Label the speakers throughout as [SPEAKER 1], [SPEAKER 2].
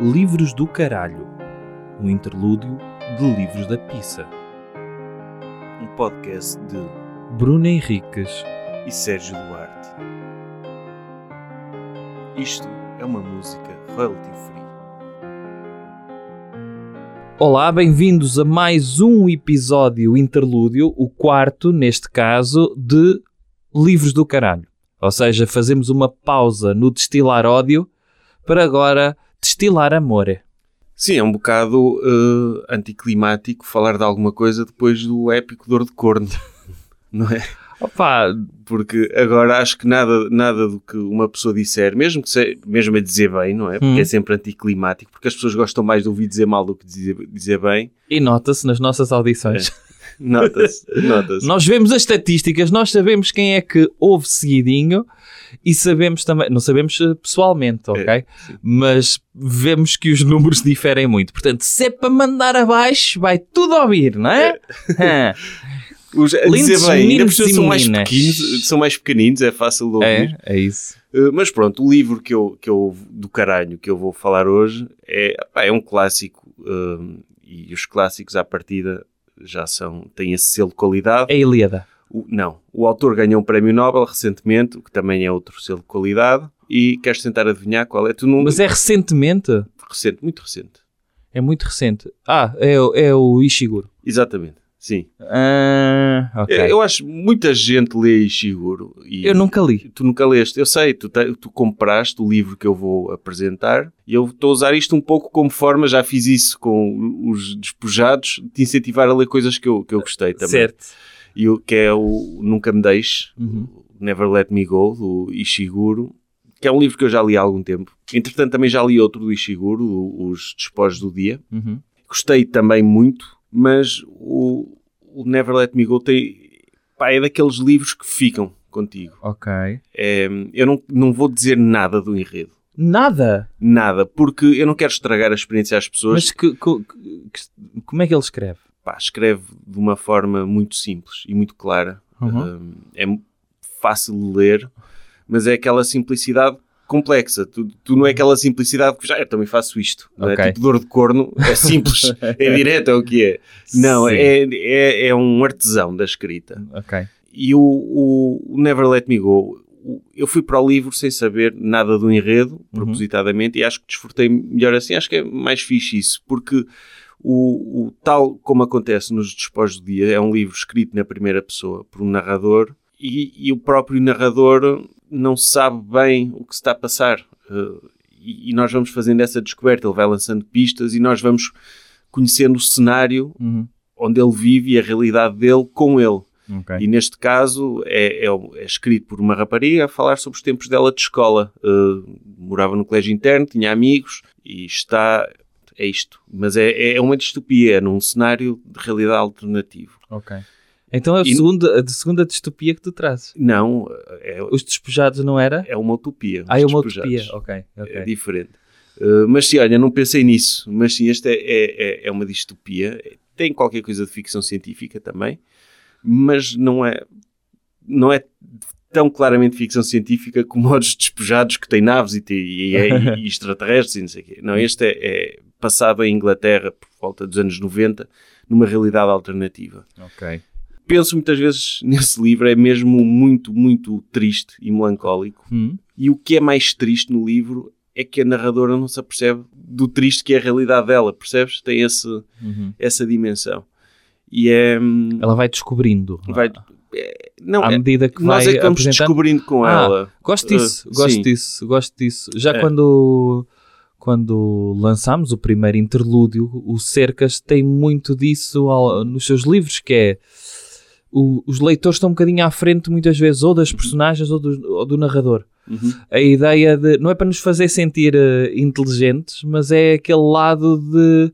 [SPEAKER 1] Livros do Caralho, um interlúdio de Livros da Pissa.
[SPEAKER 2] um podcast de
[SPEAKER 1] Bruno Henriques,
[SPEAKER 2] e Sérgio Duarte. Isto é uma música royalty free.
[SPEAKER 1] Olá, bem-vindos a mais um episódio interlúdio, o quarto, neste caso, de Livros do Caralho. Ou seja, fazemos uma pausa no destilar ódio para agora destilar amor.
[SPEAKER 2] Sim, é um bocado eh, anticlimático falar de alguma coisa depois do épico dor de corno, não é?
[SPEAKER 1] Opa,
[SPEAKER 2] Porque agora acho que nada, nada do que uma pessoa disser, mesmo, que se, mesmo a dizer bem, não é? Porque
[SPEAKER 1] Hum.
[SPEAKER 2] é sempre anticlimático, porque as pessoas gostam mais de ouvir dizer mal do que dizer, dizer bem.
[SPEAKER 1] e nota-se nas nossas audições.
[SPEAKER 2] Nota-se, nota-se.
[SPEAKER 1] Nós vemos as estatísticas, nós sabemos quem é que ouve seguidinho e sabemos também, não sabemos eh, pessoalmente, ok? Mas vemos que os números diferem muito. Portanto, se é para mandar abaixo, vai tudo ouvir, não é? Hã.
[SPEAKER 2] Os, a
[SPEAKER 1] Lindos
[SPEAKER 2] dizer bem, ainda por
[SPEAKER 1] meninos
[SPEAKER 2] cima
[SPEAKER 1] e
[SPEAKER 2] são mais
[SPEAKER 1] meninas.
[SPEAKER 2] pequenos, são mais pequeninos, é fácil de ouvir.
[SPEAKER 1] é, é isso.
[SPEAKER 2] Uh, mas pronto, o livro que eu, que eu do caralho que eu vou falar hoje é, pá, é um clássico um, e os clássicos à partida já são, têm esse selo de qualidade.
[SPEAKER 1] É Ilíada.
[SPEAKER 2] O- não, o autor ganhou um prémio Nobel recentemente, o que também é outro selo de qualidade, e queres tentar adivinhar qual é? Tu não
[SPEAKER 1] Mas é recentemente,
[SPEAKER 2] recente, muito recente.
[SPEAKER 1] é muito recente. Ah, é, o- é o Ishiguro.
[SPEAKER 2] Exatamente, sim.
[SPEAKER 1] Ah, ok.
[SPEAKER 2] É, Eu,
[SPEAKER 1] Eu,
[SPEAKER 2] eu acho muita gente lê Ishiguro e
[SPEAKER 1] nunca li.
[SPEAKER 2] tu nunca leste, eu sei, tu, te- tu compraste o livro que eu vou apresentar e eu estou a usar isto um pouco como forma, já fiz isso com os despojados, de te incentivar a ler coisas que eu, que eu gostei também.
[SPEAKER 1] Certo.
[SPEAKER 2] E o que é o Nunca Me Deixe,
[SPEAKER 1] Uhum.
[SPEAKER 2] Never Let Me Go, do Ishiguro, que é um livro que eu já li há algum tempo. Entretanto, também já li outro do Ishiguro, o- Os Despojos do Dia.
[SPEAKER 1] Uhum.
[SPEAKER 2] Gostei também muito, mas o, o Never Let Me Go tem, pá, é daqueles livros que ficam contigo.
[SPEAKER 1] Ok.
[SPEAKER 2] É, eu não, não vou dizer nada do enredo.
[SPEAKER 1] Nada.
[SPEAKER 2] Nada, porque eu não quero estragar a experiência às pessoas.
[SPEAKER 1] Mas que- que- que- como é que ele escreve?
[SPEAKER 2] Pá, escreve de uma forma muito simples e muito clara.
[SPEAKER 1] Uhum.
[SPEAKER 2] É m- fácil de ler, mas é aquela simplicidade complexa. Tu, tu não é aquela simplicidade que já eu também faço isto. não é?
[SPEAKER 1] Ok.
[SPEAKER 2] Tipo dor de corno, é simples, é direto, é o que é. Não,
[SPEAKER 1] Sim.
[SPEAKER 2] é, é, é um artesão da escrita.
[SPEAKER 1] Ok.
[SPEAKER 2] E o, o- o Never Let Me Go, o- eu fui para o livro sem saber nada do enredo, propositadamente, e acho que desfrutei melhor assim. Acho que é mais fixe isso, porque o, o tal como acontece nos Despojos do Dia é um livro escrito na primeira pessoa por um narrador e, e o próprio narrador não sabe bem o que se está a passar. Eh, e, e nós vamos fazendo essa descoberta, ele vai lançando pistas e nós vamos conhecendo o cenário
[SPEAKER 1] Uhum.
[SPEAKER 2] onde ele vive e a realidade dele com ele.
[SPEAKER 1] Ok.
[SPEAKER 2] E neste caso é, é o- é escrito por uma rapariga a falar sobre os tempos dela de escola. Uh, morava no colégio interno, tinha amigos e está. É isto. Mas é, é uma distopia, é num cenário de realidade alternativo.
[SPEAKER 1] Ok. Então é o
[SPEAKER 2] E-
[SPEAKER 1] segundo- a segunda distopia que tu trazes.
[SPEAKER 2] Não, é,
[SPEAKER 1] Os despojados não era?
[SPEAKER 2] é uma utopia.
[SPEAKER 1] Ah, é uma
[SPEAKER 2] Despojados.
[SPEAKER 1] utopia. Ok, ok.
[SPEAKER 2] É diferente. Uh, mas sim, olha, não pensei nisso. Mas sim, esta é, é, é- é uma distopia. Tem qualquer coisa de ficção científica também, mas não é, não é tão claramente ficção científica como os despojados que têm naves e, te- e- é, e- e extraterrestres e não sei o quê. Não, este é, é passado em Inglaterra por volta dos anos 90, numa realidade alternativa.
[SPEAKER 1] Ok.
[SPEAKER 2] Penso muitas vezes nesse livro, é mesmo muito, muito triste e melancólico.
[SPEAKER 1] Hum,
[SPEAKER 2] E o que é mais triste no livro é que a narradora não se apercebe do triste que é a realidade dela, percebes? Tem esse,
[SPEAKER 1] uhum.
[SPEAKER 2] essa dimensão. E é. hum,
[SPEAKER 1] Ela vai descobrindo não é?
[SPEAKER 2] Vai, é, não,
[SPEAKER 1] à
[SPEAKER 2] é,
[SPEAKER 1] medida que
[SPEAKER 2] nós
[SPEAKER 1] vai
[SPEAKER 2] é que vamos
[SPEAKER 1] apresentando.
[SPEAKER 2] descobrindo com
[SPEAKER 1] Ah,
[SPEAKER 2] ela.
[SPEAKER 1] Gosto disso,
[SPEAKER 2] Ah,
[SPEAKER 1] gosto
[SPEAKER 2] sim.
[SPEAKER 1] disso, gosto disso. Já
[SPEAKER 2] É.
[SPEAKER 1] quando, quando lançámos o primeiro interlúdio, o Cercas tem muito disso ao- nos seus livros, que é o- os leitores estão um bocadinho à frente muitas vezes, ou das personagens ou do- ou do narrador.
[SPEAKER 2] Uhum.
[SPEAKER 1] a ideia de. Não é para nos fazer sentir eh, inteligentes, mas é aquele lado de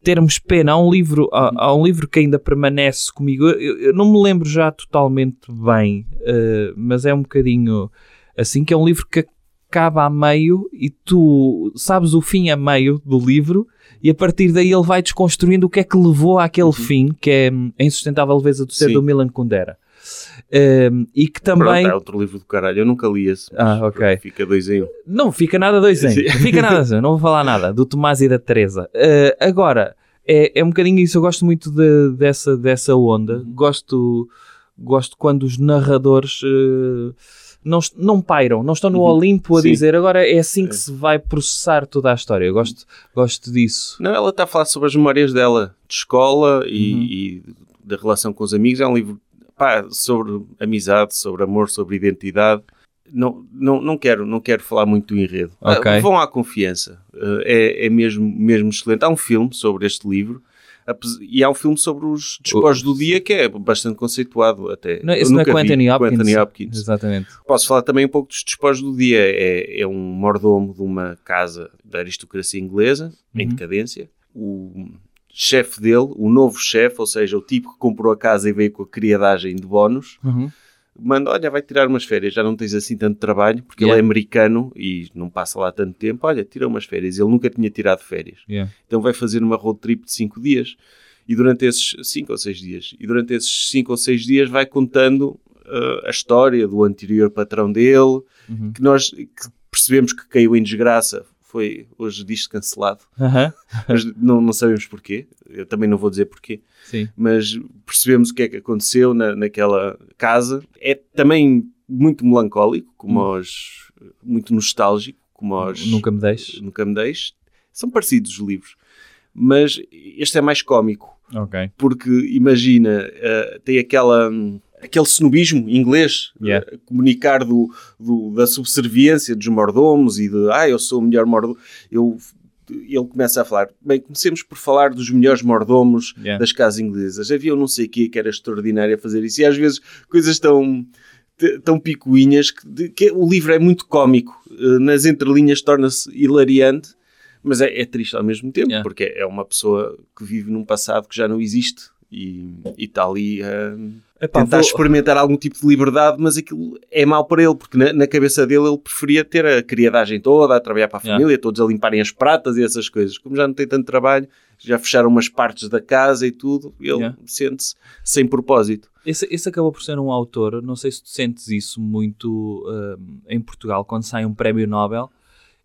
[SPEAKER 1] termos pena. Há um livro,
[SPEAKER 2] Uhum.
[SPEAKER 1] há, há um livro que ainda permanece comigo. Eu, eu- eu não me lembro já totalmente bem, eh, mas é um bocadinho assim que é um livro que acaba a meio e tu sabes o fim a meio do livro e a partir daí ele vai desconstruindo o que é que levou àquele fim que é hum, a insustentável leveza do ser
[SPEAKER 2] Uhum. Sim.
[SPEAKER 1] do Milan Kundera Um, e que também.
[SPEAKER 2] Pronto, é há outro livro do caralho, eu nunca li esse. mas
[SPEAKER 1] Ah, ok.
[SPEAKER 2] pronto, Fica dois em um.
[SPEAKER 1] Não, fica nada dois em.
[SPEAKER 2] Sim.
[SPEAKER 1] Fica nada dois em. Não vou falar nada do Tomás e da Teresa. Eh, agora, é, é um bocadinho isso. Eu gosto muito de- dessa, dessa onda. Gosto, gosto quando os narradores eh, não, est- não pairam, não estão no
[SPEAKER 2] Uhum.
[SPEAKER 1] Olimpo a
[SPEAKER 2] Sim.
[SPEAKER 1] dizer agora é assim que
[SPEAKER 2] É.
[SPEAKER 1] se vai processar toda a história. Eu gosto, gosto disso.
[SPEAKER 2] Não, ela está a falar sobre as memórias dela de escola
[SPEAKER 1] Uhum.
[SPEAKER 2] e, e da relação com os amigos. É um livro pá, sobre amizade, sobre amor, sobre identidade. Não, não, não, quero, não quero falar muito do enredo. Ah,
[SPEAKER 1] Ok.
[SPEAKER 2] Vão à confiança. Ah, é é mesmo, mesmo excelente. Há um filme sobre este livro. apes- E há um filme sobre os despojos do dia que é bastante conceituado até.
[SPEAKER 1] Não,
[SPEAKER 2] Eu
[SPEAKER 1] esse não é
[SPEAKER 2] nunca
[SPEAKER 1] com
[SPEAKER 2] vi,
[SPEAKER 1] Anthony Hopkins?
[SPEAKER 2] Anthony Hopkins.
[SPEAKER 1] Exatamente.
[SPEAKER 2] Posso falar também um pouco dos despojos do dia. É, é um mordomo de uma casa da aristocracia inglesa, em
[SPEAKER 1] Uhum.
[SPEAKER 2] decadência. O chefe dele, o novo chefe, ou seja, o tipo que comprou a casa e veio com a criadagem de bónus,
[SPEAKER 1] Uhum.
[SPEAKER 2] manda, olha, vai tirar umas férias, já não tens assim tanto trabalho, porque ele
[SPEAKER 1] Yeah.
[SPEAKER 2] é americano e não passa lá tanto tempo. Olha, tira umas férias. Ele nunca tinha tirado férias.
[SPEAKER 1] Yeah.
[SPEAKER 2] Então vai fazer uma road trip de 5 dias. E durante esses 5 ou 6 dias, e durante esses 5 ou 6 dias vai contando eh, a história do anterior patrão dele,
[SPEAKER 1] Uhum.
[SPEAKER 2] que nós que percebemos que caiu em desgraça. Foi, hoje diz-se cancelado,
[SPEAKER 1] Aham.
[SPEAKER 2] mas não, não sabemos porquê. Eu também não vou dizer porquê,
[SPEAKER 1] Sim.
[SPEAKER 2] mas percebemos o que é que aconteceu na, naquela casa. É também muito melancólico, como os, muito nostálgico, como os,
[SPEAKER 1] Hum. Nunca me deixes.
[SPEAKER 2] Nunca Me Deixes. São parecidos os livros, mas este é mais cómico,
[SPEAKER 1] Ok.
[SPEAKER 2] porque imagina, eh, tem aquela, hum, aquele snobismo inglês,
[SPEAKER 1] Yeah.
[SPEAKER 2] eh, comunicar do, do- da subserviência dos mordomos e de, ah, eu sou o melhor mordomo. Eu, ele começa a falar, bem, comecemos por falar dos melhores mordomos
[SPEAKER 1] Yeah.
[SPEAKER 2] das casas inglesas. Havia um não sei o quê que era extraordinário a fazer isso. E às vezes coisas tão, t- tão picuinhas que, de- que o livro é muito cómico. Eh, Nas entrelinhas torna-se hilariante, mas é, é triste ao mesmo tempo,
[SPEAKER 1] Yeah.
[SPEAKER 2] porque é uma pessoa que vive num passado que já não existe. E e está ali a
[SPEAKER 1] Epá,
[SPEAKER 2] tentar
[SPEAKER 1] vou-
[SPEAKER 2] experimentar algum tipo de liberdade, mas aquilo é mau para ele, porque na, na cabeça dele ele preferia ter a criadagem toda, a trabalhar para a
[SPEAKER 1] Yeah.
[SPEAKER 2] família, todos a limparem as pratas e essas coisas. Como já não tem tanto trabalho, já fecharam umas partes da casa e tudo, ele
[SPEAKER 1] Yeah.
[SPEAKER 2] sente-se sem propósito.
[SPEAKER 1] Esse, esse acabou por ser um autor, não sei se tu sentes isso muito hum, em Portugal, quando sai um prémio Nobel.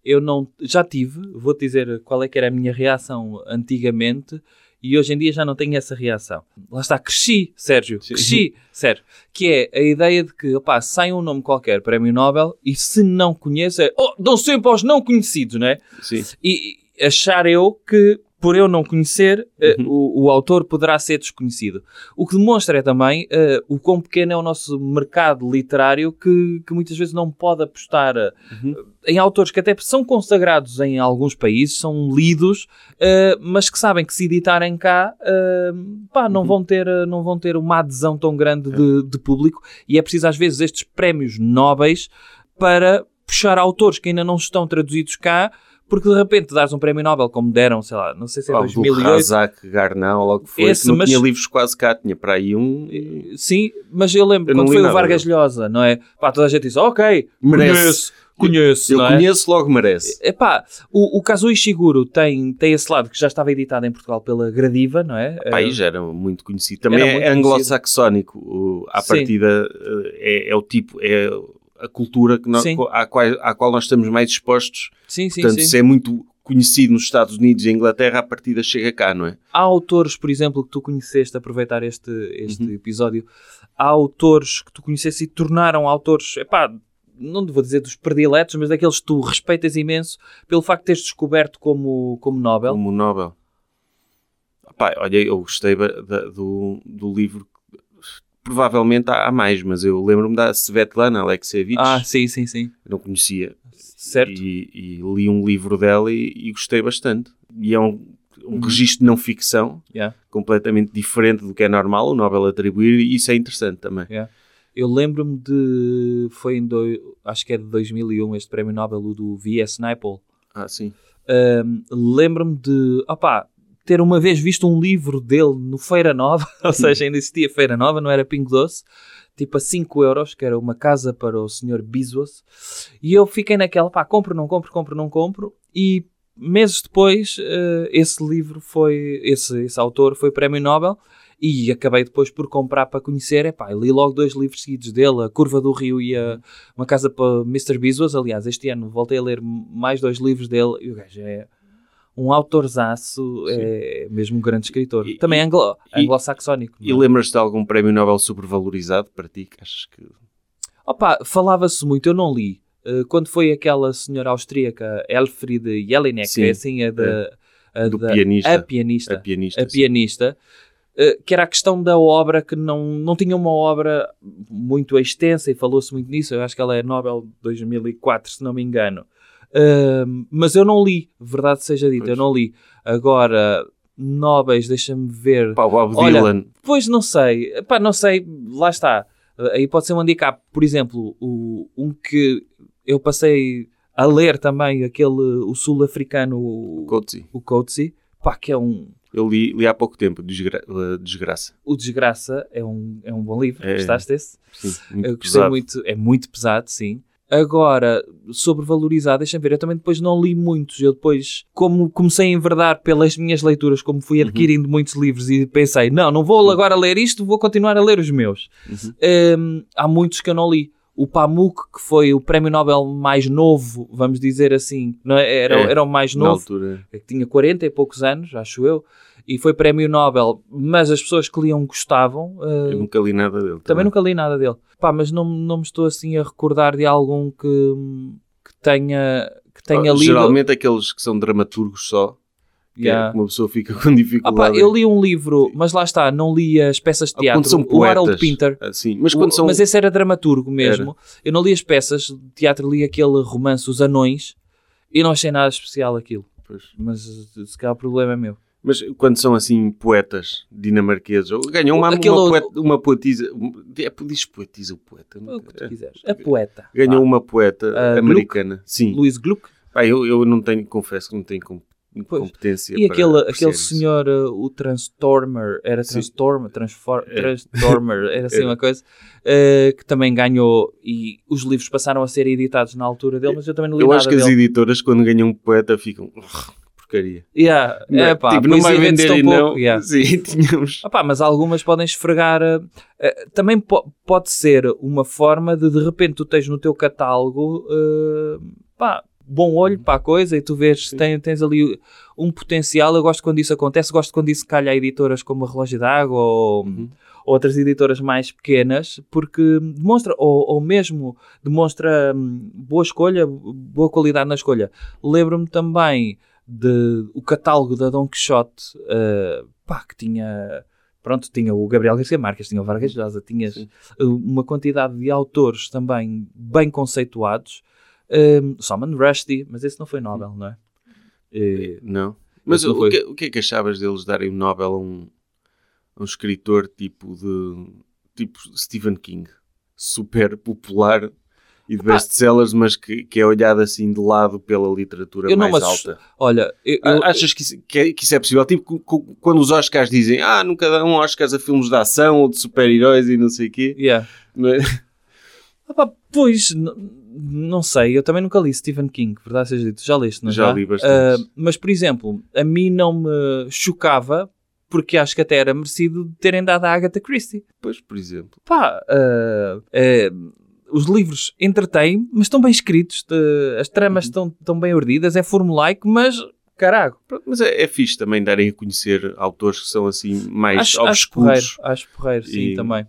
[SPEAKER 1] Eu não, já tive, vou-te dizer qual é que era a minha reação antigamente e hoje em dia já não tenho essa reação. Lá está, cresci, Sérgio,
[SPEAKER 2] Sim.
[SPEAKER 1] cresci, Sérgio. Que é a ideia de que, opá, sai um nome qualquer, prémio Nobel, e se não conheço, é, oh, dão sempre aos não conhecidos, não é?
[SPEAKER 2] Sim.
[SPEAKER 1] e achar eu que por eu não conhecer, eh, o, o autor poderá ser desconhecido. O que demonstra é também eh, o quão pequeno é o nosso mercado literário que, que muitas vezes não pode apostar eh,
[SPEAKER 2] Uhum.
[SPEAKER 1] em autores que até são consagrados em alguns países, são lidos, eh, mas que sabem que se editarem cá, eh, pá, não,
[SPEAKER 2] Uhum.
[SPEAKER 1] vão ter, eh, não vão ter uma adesão tão grande de, de público e é preciso às vezes estes prémios nobres para puxar autores que ainda não estão traduzidos cá, porque de repente dás um prémio Nobel como deram, sei lá, não sei se é 2008,
[SPEAKER 2] Razak Garnão, ou logo que foi,
[SPEAKER 1] Esse,
[SPEAKER 2] que não
[SPEAKER 1] mas-
[SPEAKER 2] tinha livros quase cá, tinha para aí um. e-
[SPEAKER 1] Sim, mas eu lembro
[SPEAKER 2] Eu não
[SPEAKER 1] quando
[SPEAKER 2] li
[SPEAKER 1] foi o
[SPEAKER 2] nada
[SPEAKER 1] Vargas Llosa, não é? Pá, toda a gente diz, ok,
[SPEAKER 2] Merece.
[SPEAKER 1] conheço, conheço,
[SPEAKER 2] Eu
[SPEAKER 1] não é?
[SPEAKER 2] conheço, logo merece.
[SPEAKER 1] Epá, o, o Kazuo Ishiguro tem, tem esse lado que já estava editado em Portugal pela Gradiva, não é?
[SPEAKER 2] Pá,
[SPEAKER 1] Eh,
[SPEAKER 2] aí já era muito conhecido. Também
[SPEAKER 1] Era muito
[SPEAKER 2] é anglo-saxónico. o- À
[SPEAKER 1] Sim.
[SPEAKER 2] partida eh, é, é o tipo, é a cultura que nós,
[SPEAKER 1] Sim.
[SPEAKER 2] à, qual, à qual nós estamos mais expostos.
[SPEAKER 1] sim, sim,
[SPEAKER 2] Portanto,
[SPEAKER 1] sim.
[SPEAKER 2] se é muito conhecido nos Estados Unidos e Inglaterra, à partida chega cá, não é?
[SPEAKER 1] Há autores, por exemplo, que tu conheceste, aproveitar este,
[SPEAKER 2] Uhum.
[SPEAKER 1] este episódio, há autores que tu conheceste e tornaram autores, epá, não te vou dizer dos prediletos, mas daqueles que tu respeitas imenso pelo facto de teres descoberto como, como Nobel.
[SPEAKER 2] Como o Nobel. Pá, olha, eu gostei ba- da- do, do livro. Provavelmente há, há mais, mas eu lembro-me da Svetlana Alexievich.
[SPEAKER 1] Ah, sim, sim, sim.
[SPEAKER 2] Não conhecia.
[SPEAKER 1] Certo?
[SPEAKER 2] E, e li um livro dela e, e gostei bastante. E é um, um registro de não ficção
[SPEAKER 1] Yeah.
[SPEAKER 2] completamente diferente do que é normal o Nobel atribuir, e isso é interessante também.
[SPEAKER 1] Eu lembro-me de. Foi em. doi- acho que é de 2001 este prémio Nobel, o do V.S. Naipaul.
[SPEAKER 2] Ah, sim.
[SPEAKER 1] Ahm, lembro-me de opá, ter uma vez visto um livro dele no Feira Nova, ou
[SPEAKER 2] Hum.
[SPEAKER 1] seja, ainda existia Feira Nova, não era Pingo Doce, tipo a 5 euros, que era uma casa para o senhor Bezos, e eu fiquei naquela, pá, compro, não compro, compro, não compro, e meses depois eh, esse livro foi, esse, esse autor foi prémio Nobel, E acabei depois por comprar para conhecer. Epá, li logo dois livros seguidos dele, A Curva do Rio e
[SPEAKER 2] Hum.
[SPEAKER 1] a, Uma Casa para Mr. Bezos. Aliás, este ano voltei a ler mais dois livros dele e o gajo é um autorzaço, é mesmo um grande escritor.
[SPEAKER 2] E-
[SPEAKER 1] Também
[SPEAKER 2] e-
[SPEAKER 1] anglo,
[SPEAKER 2] e-
[SPEAKER 1] anglo-saxónico.
[SPEAKER 2] E
[SPEAKER 1] não é?
[SPEAKER 2] lembras-te de algum prémio Nobel sobrevalorizado para ti? Que achas que.
[SPEAKER 1] Opa, falava-se muito, eu não li. Uh, quando foi aquela senhora austríaca, Elfriede Jelinek,
[SPEAKER 2] Sim, é.
[SPEAKER 1] que é assim a da... a
[SPEAKER 2] do
[SPEAKER 1] da-
[SPEAKER 2] pianista.
[SPEAKER 1] A pianista.
[SPEAKER 2] A é pianista. assim?
[SPEAKER 1] a
[SPEAKER 2] sim.
[SPEAKER 1] pianista, eh, que era a questão da obra que não, não tinha uma obra muito extensa e falou-se muito nisso. Eu acho que ela é Nobel 2004, se não me engano. Ahm, mas eu não li, verdade seja dita, eu
[SPEAKER 2] Pois.
[SPEAKER 1] não li. Agora, Nobel, deixa-me ver.
[SPEAKER 2] Pá, o Bob
[SPEAKER 1] Olha,
[SPEAKER 2] Dylan.
[SPEAKER 1] Pois não sei, pá, não sei, lá está. Eh, Aí pode ser um handicap. Por exemplo, o, um que eu passei a ler também, aquele, o sul-africano, o,
[SPEAKER 2] Coetzee.
[SPEAKER 1] o Coetzee, pá, que é um,
[SPEAKER 2] Eu li, li há pouco tempo, Desgra- eh, Desgraça.
[SPEAKER 1] o Desgraça é um, é um bom livro.
[SPEAKER 2] É.
[SPEAKER 1] Gostaste desse?
[SPEAKER 2] Sim,
[SPEAKER 1] Eu gostei
[SPEAKER 2] pesado.
[SPEAKER 1] muito. É muito pesado, sim. Agora, sobrevalorizado, deixa-me ver. Eu também depois não li muitos. Eu depois, como comecei a enverdar pelas minhas leituras, como fui
[SPEAKER 2] Uhum.
[SPEAKER 1] adquirindo muitos livros e pensei, não, não vou agora ler isto, vou continuar a ler os meus.
[SPEAKER 2] Uhum.
[SPEAKER 1] Hum, há muitos que eu não li. O Pamuk, que foi o prémio Nobel mais novo, vamos dizer assim, não é? era,
[SPEAKER 2] É,
[SPEAKER 1] era o mais
[SPEAKER 2] Na
[SPEAKER 1] novo é
[SPEAKER 2] altura.
[SPEAKER 1] que tinha 40 e poucos anos, acho eu, e foi prémio Nobel, mas as pessoas que liam gostavam. eh,
[SPEAKER 2] Eu nunca li nada dele.
[SPEAKER 1] também nunca li nada dele. Pá, mas não, não me estou assim a recordar de algum que, que tenha, que tenha
[SPEAKER 2] Ah,
[SPEAKER 1] lido.
[SPEAKER 2] Geralmente aqueles que são dramaturgos só, que é
[SPEAKER 1] Yeah.
[SPEAKER 2] que uma pessoa fica com
[SPEAKER 1] Ah, pá,
[SPEAKER 2] dificuldade.
[SPEAKER 1] eu li um livro, mas lá está, não li as peças de
[SPEAKER 2] Ah, quando
[SPEAKER 1] teatro.
[SPEAKER 2] são
[SPEAKER 1] o Harold
[SPEAKER 2] poetas.
[SPEAKER 1] Pinter.
[SPEAKER 2] Ah, sim. Mas quando
[SPEAKER 1] O-
[SPEAKER 2] são.
[SPEAKER 1] mas esse era dramaturgo mesmo. Eu não li as peças de teatro, li aquele romance Os Anões e não achei nada especial aquilo.
[SPEAKER 2] Pois.
[SPEAKER 1] Mas se calhar o problema é meu.
[SPEAKER 2] Mas quando são assim poetas dinamarqueses, ou- ganham uma,
[SPEAKER 1] Aquele-
[SPEAKER 2] uma, poeta, uma poetisa. um- é, diz poetisa o poeta.
[SPEAKER 1] O
[SPEAKER 2] nunca-
[SPEAKER 1] que tu
[SPEAKER 2] é.
[SPEAKER 1] quiseres. A poeta.
[SPEAKER 2] Ganhou um uma poeta
[SPEAKER 1] Ah,
[SPEAKER 2] americana. Sim.
[SPEAKER 1] Luís Gluck.
[SPEAKER 2] Pá, eu, eu não tenho, confesso que não tenho com- competência.
[SPEAKER 1] E
[SPEAKER 2] para
[SPEAKER 1] aquele,
[SPEAKER 2] apreciar
[SPEAKER 1] aquele
[SPEAKER 2] isso.
[SPEAKER 1] senhor, uh, o Transformer, era
[SPEAKER 2] Sim.
[SPEAKER 1] Transformer, Transfor-
[SPEAKER 2] É.
[SPEAKER 1] Transformer, era assim
[SPEAKER 2] Era.
[SPEAKER 1] uma coisa, uh, que também ganhou e os livros passaram a ser editados na altura dele, mas eu também não li
[SPEAKER 2] Eu
[SPEAKER 1] nada
[SPEAKER 2] acho que as
[SPEAKER 1] dele.
[SPEAKER 2] editoras, quando ganham um poeta, ficam. "Urgh, Porcaria.
[SPEAKER 1] Yeah,
[SPEAKER 2] Não é?
[SPEAKER 1] é pá,
[SPEAKER 2] tipo, não
[SPEAKER 1] poesia
[SPEAKER 2] vai
[SPEAKER 1] vende-se
[SPEAKER 2] vender
[SPEAKER 1] tão
[SPEAKER 2] e
[SPEAKER 1] pouco,
[SPEAKER 2] não.
[SPEAKER 1] yeah.
[SPEAKER 2] Sim, tínhamos.
[SPEAKER 1] Ah pá, mas algumas podem esfregar. uh, uh, também po- pode ser uma forma de de repente tu tens no teu catálogo uh, pá, bom olho para a coisa e tu vês se tem- tens ali um potencial. Eu gosto quando isso acontece, gosto quando isso calha a editoras como a Relógio d'Água ou
[SPEAKER 2] Uhum.
[SPEAKER 1] outras editoras mais pequenas, porque demonstra, ou, ou mesmo demonstra hum, boa escolha, boa qualidade na escolha. Lembro-me também de o catálogo da Don Quixote, eh, pá, que tinha. Pronto, tinha o Gabriel Garcia Marques, tinha o Vargas Llosa, tinhas
[SPEAKER 2] Sim.
[SPEAKER 1] eh, uma quantidade de autores também bem conceituados. Um, Salman Rushdie, mas esse não foi Nobel, não é? Eh,
[SPEAKER 2] Não. Mas
[SPEAKER 1] Esse não
[SPEAKER 2] o
[SPEAKER 1] foi.
[SPEAKER 2] que, o que é que achavas deles darem o Nobel a um, a um escritor tipo de tipo Stephen King, super popular e de best-sellers, mas que, que é olhado assim de lado pela literatura
[SPEAKER 1] Eu não
[SPEAKER 2] mais
[SPEAKER 1] me assusto.
[SPEAKER 2] alta?
[SPEAKER 1] olha, eu,
[SPEAKER 2] A-
[SPEAKER 1] eu-
[SPEAKER 2] Achas que isso, que é, que isso é possível? Tipo, cu- cu- quando os Oscars dizem ah, nunca dão Oscars a filmes de ação ou de super-heróis e não sei o quê.
[SPEAKER 1] yeah.
[SPEAKER 2] não é?
[SPEAKER 1] Ah pá, pois, n- não sei, eu também nunca li Stephen King, verdade seja dito, já leste, não
[SPEAKER 2] Já
[SPEAKER 1] já?
[SPEAKER 2] li bastante.
[SPEAKER 1] Ah, mas, por exemplo, a mim não me chocava, porque acho que até era merecido de terem dado a Agatha Christie.
[SPEAKER 2] Pois, por exemplo.
[SPEAKER 1] Pá, ah, ah, os livros entretêm, mas estão bem escritos, te- as
[SPEAKER 2] Uhum.
[SPEAKER 1] tramas estão estão bem ordidas, é formulaico, mas, carago,
[SPEAKER 2] Pronto, mas é, é fixe também darem a conhecer autores que são assim mais
[SPEAKER 1] acho, acho porreiro,
[SPEAKER 2] obscuros.
[SPEAKER 1] acho porreiro, sim,
[SPEAKER 2] E-
[SPEAKER 1] também.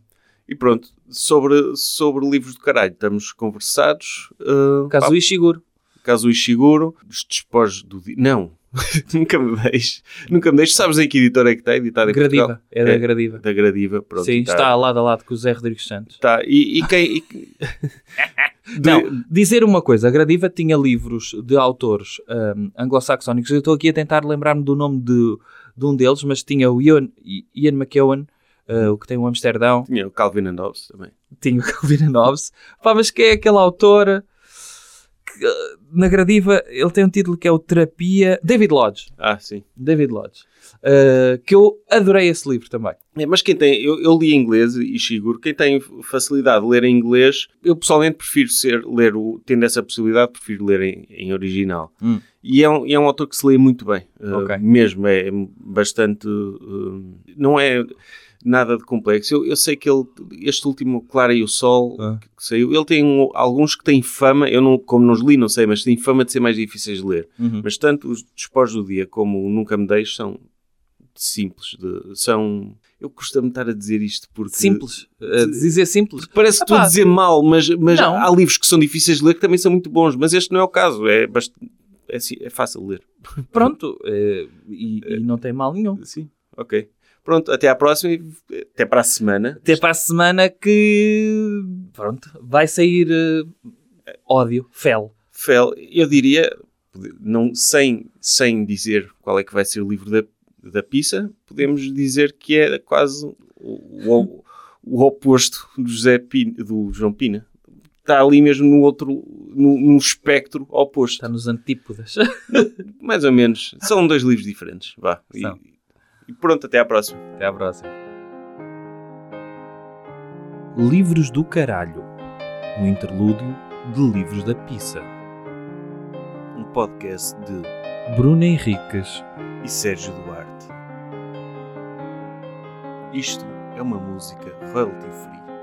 [SPEAKER 2] E pronto, sobre, sobre livros do caralho, estamos conversados. Uh,
[SPEAKER 1] Caso
[SPEAKER 2] pá,
[SPEAKER 1] Ishiguro.
[SPEAKER 2] caso Ishiguro, os despojos do dia. Não, nunca me deixes. Nunca me deixes. Sabes em que editora é que está editada em Portugal?
[SPEAKER 1] Gradiva, é da
[SPEAKER 2] É,
[SPEAKER 1] Gradiva.
[SPEAKER 2] Da Gradiva, pronto.
[SPEAKER 1] sim,
[SPEAKER 2] tá-
[SPEAKER 1] está lado a lado com o Zé Rodrigues Santos.
[SPEAKER 2] tá. E, e quem. e- De-
[SPEAKER 1] Não, dizer uma coisa, a Gradiva tinha livros de autores hum, anglo-saxónicos. Eu estou aqui a tentar lembrar-me do nome de, de um deles, mas tinha o Ian, Ian McEwan, eh, o que tem o Amsterdão,
[SPEAKER 2] Tinha o Calvin and Hobbes também.
[SPEAKER 1] tinha o Calvin Nobbs. Pá, mas que é aquele autor que, eh, na Gradiva ele tem um título que é o Terapia. David Lodge.
[SPEAKER 2] Ah, sim.
[SPEAKER 1] David Lodge. Eh, que eu adorei esse livro também.
[SPEAKER 2] É, mas quem tem, eu, eu li em inglês e Shiguro, quem tem facilidade de ler em inglês, eu pessoalmente prefiro ser, ler o, tendo essa possibilidade, prefiro ler em, em original.
[SPEAKER 1] Hum.
[SPEAKER 2] E é um, é um eh, autor que se lê muito bem, uh,
[SPEAKER 1] Ok.
[SPEAKER 2] mesmo, é bastante, uh, eh, não é, nada de complexo. Eu, eu sei que ele, este último, Clara e o Sol,
[SPEAKER 1] Ah.
[SPEAKER 2] que saiu, ele tem um- alguns que têm fama, eu não, como não os li, não sei, mas têm fama de ser mais difíceis de ler.
[SPEAKER 1] Uhum.
[SPEAKER 2] Mas tanto os Despós do Dia como o Nunca Me Deixes são simples, de- são... Eu costumo estar a dizer isto porque...
[SPEAKER 1] Simples. Uh, dizer simples.
[SPEAKER 2] Parece que estou
[SPEAKER 1] Epá.
[SPEAKER 2] a dizer mal, mas, mas
[SPEAKER 1] Não.
[SPEAKER 2] há livros que são difíceis de ler que também são muito bons, mas este não é o caso, é, bast... é, si- é fácil de ler.
[SPEAKER 1] Pronto. eh, e, e não tem mal nenhum.
[SPEAKER 2] Sim, ok. Pronto, até à próxima e eh, até para a semana.
[SPEAKER 1] Até para a semana que. Pronto. Vai sair eh, ódio. Fel.
[SPEAKER 2] Fel, eu diria, pode- não, sem, sem dizer qual é que vai ser o livro da, da pizza, podemos dizer que é quase o, o, o oposto do, José Pina- do João Pina. Está ali mesmo no outro, no, no espectro oposto.
[SPEAKER 1] Está nos antípodas.
[SPEAKER 2] Mais ou menos. São dois livros diferentes. Vá. E,
[SPEAKER 1] São.
[SPEAKER 2] e pronto, até à próxima.
[SPEAKER 1] Até à próxima. Livros do Caralho. Um interlúdio de livros da pizza.
[SPEAKER 2] Um podcast de
[SPEAKER 1] Bruna Henriques.
[SPEAKER 2] e Sérgio Duarte. Isto é uma música royalty free.